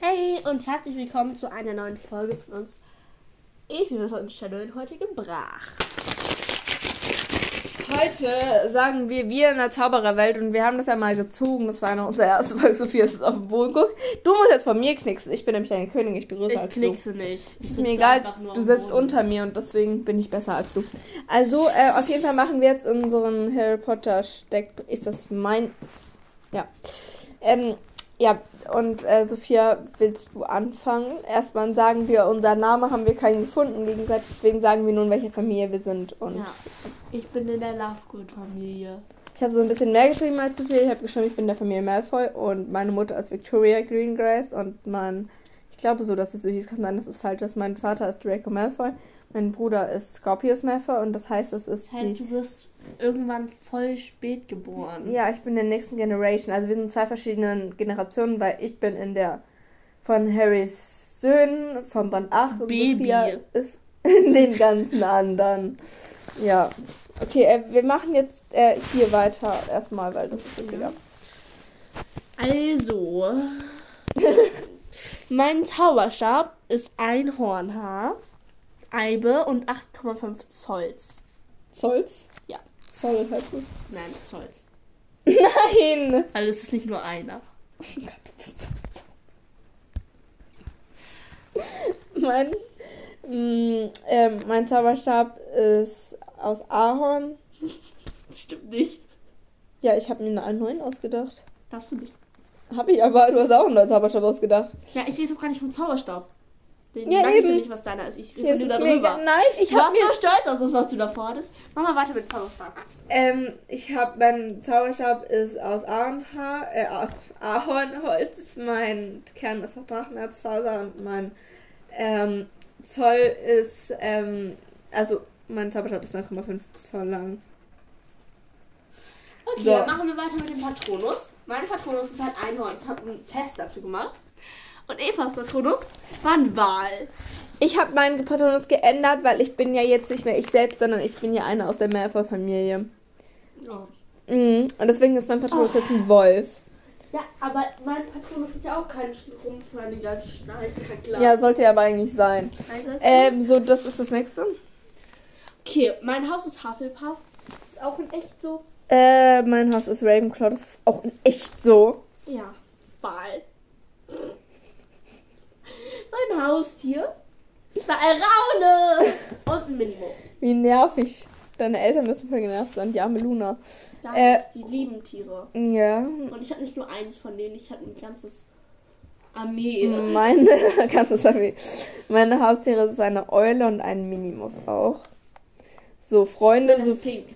Hey und herzlich willkommen zu einer neuen Folge von uns. Ich bin von Shadow heute gebracht. Heute sagen wir, wir in der Zaubererwelt und wir haben das ja mal gezogen. Das war eine unserer ersten Folgen. Sophia ist auf dem Boden. Guck, du musst jetzt von mir knicksen. Ich bin nämlich deine Königin. Ich bin größer Ich als knickse nicht. du. Ist mir egal. Du sitzt unter mir und deswegen bin ich besser als du. Also, äh, auf jeden Fall machen wir jetzt unseren Harry Potter Steck. Ist das mein. Ja. Ähm, ja, und äh, Sophia, willst du anfangen? Erstmal sagen wir, unseren Namen haben wir keinen gefunden gegenseitig. Deswegen sagen wir nun, welche Familie wir sind. Und Ja. Ich bin in der Lovegood-Familie. Ich habe so ein bisschen mehr geschrieben als zu viel. Ich habe geschrieben, ich bin der Familie Malfoy und meine Mutter ist Victoria Greengrass und mein, ich glaube so, dass es so hieß, kann sein, dass es falsch ist. Mein Vater ist Draco Malfoy, mein Bruder ist Scorpius Malfoy und das heißt, das ist Das heißt, die... du wirst irgendwann voll spät geboren. Ja, ich bin der nächsten Generation. Also wir sind zwei verschiedenen Generationen, weil ich bin in der von Harrys Söhnen, vom Band 8 und Baby. Sophia ist in den ganzen anderen. Ja. Okay, äh, wir machen jetzt äh, hier weiter erstmal, weil das Mhm. ist wichtiger. Also, mein Zauberstab ist ein Hornhaar, Eibe und 8,5 Zolls. Zolls? Ja. Zoll heißt es. Nein, Zolls. Nein! Also es ist nicht nur einer. Mein, mm, ähm, mein Zauberstab ist aus Ahorn. Das stimmt nicht. Ja, ich habe mir einen neuen ausgedacht. Darfst du nicht. Hab ich aber, du hast auch einen neuen Zauberstab ausgedacht. Ja, ich rede doch gar nicht vom Zauberstab. Den Ja, sag ich dir eben. nicht, was deiner ist. Ich Hier rede nur es darüber. Nein, ich Du warst habe mir. so stolz auf das, was du da vorhattest. Mach mal weiter mit Zauberstab. Ähm, ich habe mein Zauberstab ist aus Ahornhaar, äh, Ah- Ahornholz. Mein Kern ist aus Drachenherzfaser und mein ähm, Zoll ist ähm, also mein Zauberstab ist 9,5 Zoll lang. Okay, So. dann machen wir weiter mit dem Patronus. Mein Patronus ist halt Einhorn. Ich habe einen Test dazu gemacht. Und Evas Patronus war ein Wal. Ich habe meinen Patronus geändert, weil ich bin ja jetzt nicht mehr ich selbst, sondern ich bin ja eine aus der Malfoy-Familie. Oh. Mhm. Und deswegen ist mein Patronus jetzt ein Wolf. Ja, aber mein Patronus ist ja auch kein Schrumpf, meine ganze Schnarchkackler. Ja, sollte ja aber eigentlich sein. Ähm, so, das ist das nächste. Okay, mein Haus ist Hufflepuff. Das ist auch in echt so. Äh, mein Haus ist Ravenclaw, das ist auch in echt so. Ja, Wal. mein Haustier ist eine Raune und ein Minimo. Wie nervig. Deine Eltern müssen voll genervt sein, die arme Luna. Da Äh. hab ich die lieben Tiere. Ja, Und ich habe nicht nur eins von denen, ich habe ein ganzes Armee. äh, meine, kannst du sagen, wie- meine Haustiere ist eine Eule und ein Minimuff auch. So, Freunde, Das so, ist pink.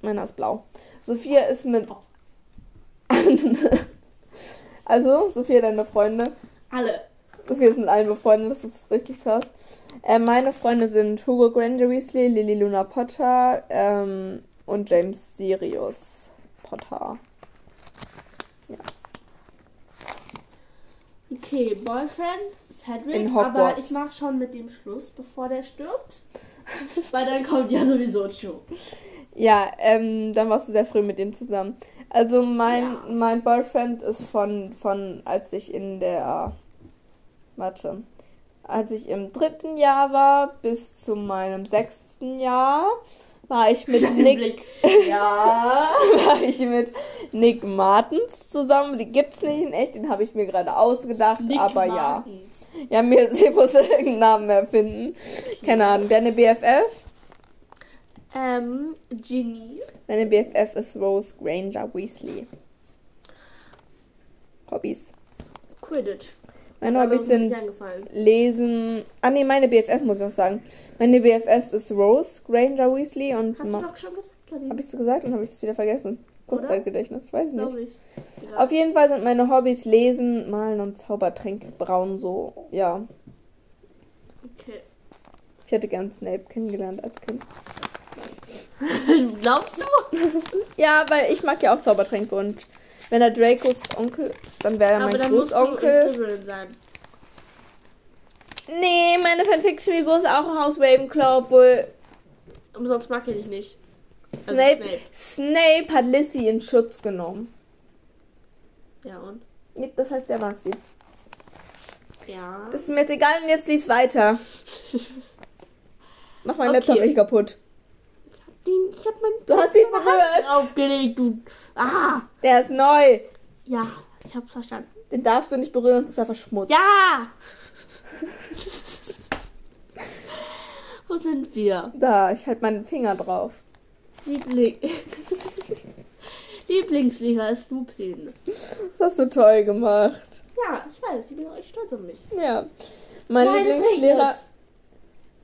meiner ist blau. Sophia ist mit. also, Sophia, deine Freunde. Alle. Sophia ist mit allen befreundet, das ist richtig krass. Äh, meine Freunde sind Hugo Granger Weasley, Lily Luna Potter ähm, und James Sirius Potter. Okay, Boyfriend ist Hedwig, In Hogwarts. aber ich mach schon mit dem Schluss, bevor der stirbt. Weil dann kommt ja sowieso Joe. Ja, ähm, dann warst du sehr früh mit ihm zusammen. Also mein, Ja. mein Boyfriend ist von, von, als ich in der, warte, als ich im dritten Jahr war bis zu meinem sechsten Jahr, war ich mit Nick, Blick. Ja. war ich mit Nick Martens zusammen. Die gibt's nicht in echt, den habe ich mir gerade ausgedacht, Nick aber ja. Martens. Ja, mir ich muss irgendeinen Namen erfinden. Keine Ahnung, deine BFF? Ähm, Ginny. Meine BFF ist Rose Granger Weasley. Hobbys. Quidditch. Meine Aber Hobbys ist mir nicht sind angefallen. Lesen. Ah nee, meine BFF muss ich noch sagen. Meine BFF ist Rose Granger Weasley und Hast du ma- doch schon gesagt, Claudine? hab ich's gesagt und habe ich es wieder vergessen. Oder? Kurzzeitgedächtnis, weiß ich nicht. Glaube ich. Ja. Auf jeden Fall sind meine Hobbys Lesen, Malen und Zaubertränke braun so. Ja, Okay. ich hätte gern Snape kennengelernt als Kind. Glaubst du? Ja, weil ich mag ja auch Zaubertränke und wenn er Dracos Onkel ist, dann wäre er mein aber dann musst du in Großonkel. Slytherin sein. Nee, meine Fanfiction-Figur ist auch im Haus Ravenclaw, obwohl Umsonst mag ich dich nicht. Also Snape, Snape. Snape. hat Lissy in Schutz genommen. Ja und? Nee, Das heißt, er mag sie. Ja. Das ist mir jetzt egal und jetzt lies weiter. Mach meinen Okay. Laptop nicht kaputt. Den, ich hab mein, Du hast ihn meine Hand berührt. draufgelegt, du. Ah, Der ist neu. ja, ich hab's verstanden. Den darfst du nicht berühren, sonst ist er verschmutzt. Ja! Wo sind wir? Da, ich halte meinen Finger drauf. Liebling. Lieblingsliga ist Lupin. Das hast du toll gemacht. Ja, ich weiß, ich bin auch echt stolz auf mich. Ja. Mein Nein, es Lieblingslehrer. regnet.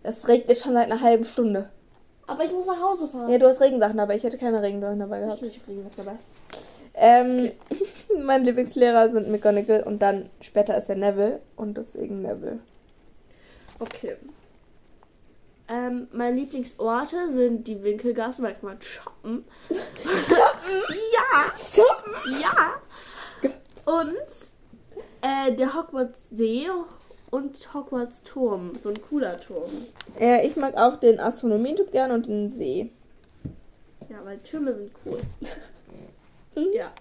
Es regnet schon seit einer halben Stunde. Aber ich muss nach Hause fahren. Ja, du hast Regensachen dabei. Ich hätte keine Regensachen dabei Ja. gehabt. Natürlich, ich bringe was dabei. Ähm, mein Lieblingslehrer sind McGonagall und dann später ist er Neville und deswegen Neville. Okay. Ähm, meine Lieblingsorte sind die Winkelgasse, manchmal shoppen. shoppen? Ja! Stopp! Ja! Und äh, der Hogwarts See und Hogwarts Turm. So ein cooler Turm. Äh, ich mag auch den Astronomietyp gern und den See. Ja, weil Türme sind cool. ja.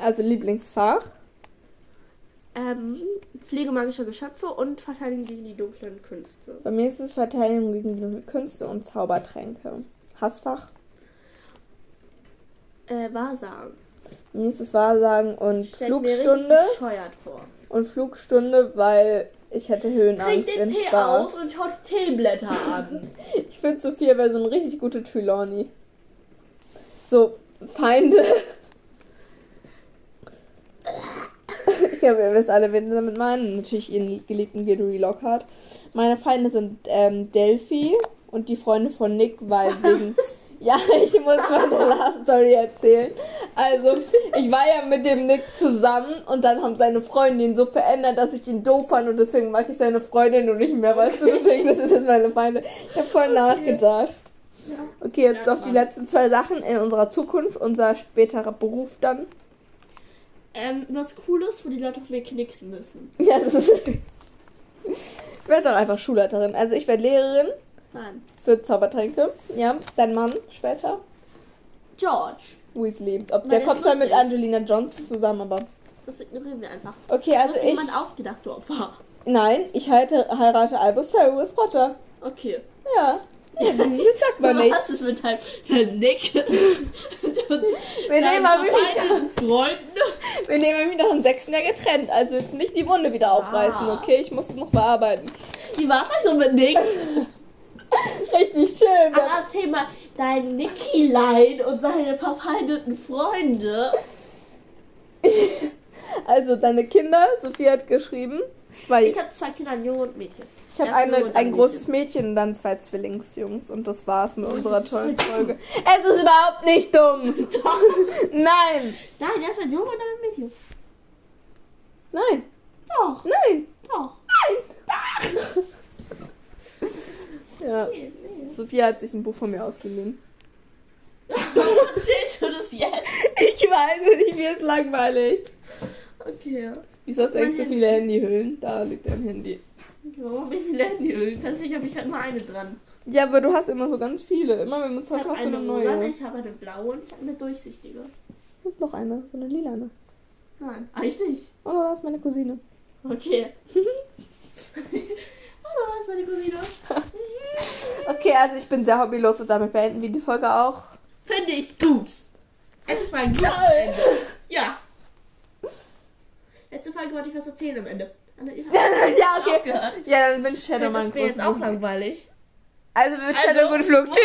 Also Lieblingsfach. Ähm, Pflege magischer Geschöpfe und Verteidigung gegen die dunklen Künste. Bei mir ist es Verteidigung gegen dunkle Künste und Zaubertränke. Hassfach. Äh, Wahrsagen. Bei mir ist es Wahrsagen und Stell ich mir Flugstunde. richtig bescheuert vor. Und Flugstunde, weil ich hätte Trink Höhenangst den in Tee Spaß. aus und schau die Teeblätter an. Ich finde, Sophia wäre so eine richtig gute Trelawney. So, Feinde. Ich glaube, ihr wisst alle, wen sie damit meinen. Natürlich ihren geliebten Gilderoy Lockhart. Meine Feinde sind ähm, Delphi und die Freunde von Nick, weil wegen... Ja, ich muss meine Love Story erzählen. Also, ich war ja mit dem Nick zusammen und dann haben seine Freunde ihn so verändert, dass ich ihn doof fand und deswegen mag ich seine Freundin und nicht mehr, weißt du? Deswegen, das ist jetzt meine Feinde. Ich habe voll nachgedacht. Okay, jetzt Merkt noch die man. letzten zwei Sachen in unserer Zukunft, unser späterer Beruf dann. ähm, was Cooles, wo die Leute auf mir knicksen müssen. Ja, das ist. Ich werde doch einfach Schulleiterin. Also ich werde Lehrerin Nein. für Zaubertränke. Ja, dein Mann später. George. Weasley. Ob Nein, der das kommt dann mit wusste ich. Angelina Johnson zusammen, aber. Das ignorieren wir einfach. Okay, also Hat ich. jemand ausgedacht, du Opfer. Nein, ich heite, heirate Albus Cyrus Potter. Okay. Ja. Das sagt man nicht. Was ist mit deinem, deinem Nick? Wir Wir nehmen mal Freunden. Wir nehmen mich noch im sechsten Jahr getrennt. Also jetzt nicht die Wunde wieder aufreißen, Ah. okay? Ich muss es noch verarbeiten. Wie war's eigentlich so mit Nick? Richtig schön. Dann erzähl mal dein Nickylein und seine verfeindeten Freunde. Also deine Kinder, Sophie hat geschrieben. Zwei, Ich habe zwei Kinder, ein Junge und ein Mädchen. ich habe erst eine- nur und dann ein großes Mädchen und dann zwei Zwillingsjungs. Und das war's mit Oh, unserer das ist tollen voll dumm. Folge. Es ist überhaupt nicht dumm. Doch. Nein. Nein, erst ein Junge und dann ein Mädchen. Nein. Doch, Nein. doch. Ja. Nee, nee. Sophia hat sich ein Buch von mir ausgeliehen. Erzählst du das jetzt? Ich weiß nicht, mir ist langweilig. Okay. Wieso hast du Mein eigentlich so viele Handyhüllen? Da liegt dein Handy. Warum bin ich Lernhöhlen? Deswegen habe ich halt immer eine dran. Ja, aber du hast immer so ganz viele. Immer wenn wir uns Ich habe hast du eine eine rosa, neue. ich habe eine blaue und ich habe eine durchsichtige. Du hast noch eine, so eine lilane. Nein, eigentlich nicht. Oh, da ist meine Cousine. Okay. Hallo, da ist meine Cousine. Okay, also ich bin sehr hobbylos und damit beenden wir die Folge auch. Finde ich gut. Endlich mal ein gutes Geil. Ende. Ja. Letzte Folge wollte ich was erzählen am Ende. Anna, ihr habt ja, okay. aufgehört. Ja, dann wünsche ich Shadow Das mal einen wäre jetzt großen auch Flug. langweilig. Also wir wünschen Shadow einen Also, guten Flug. Tschüss.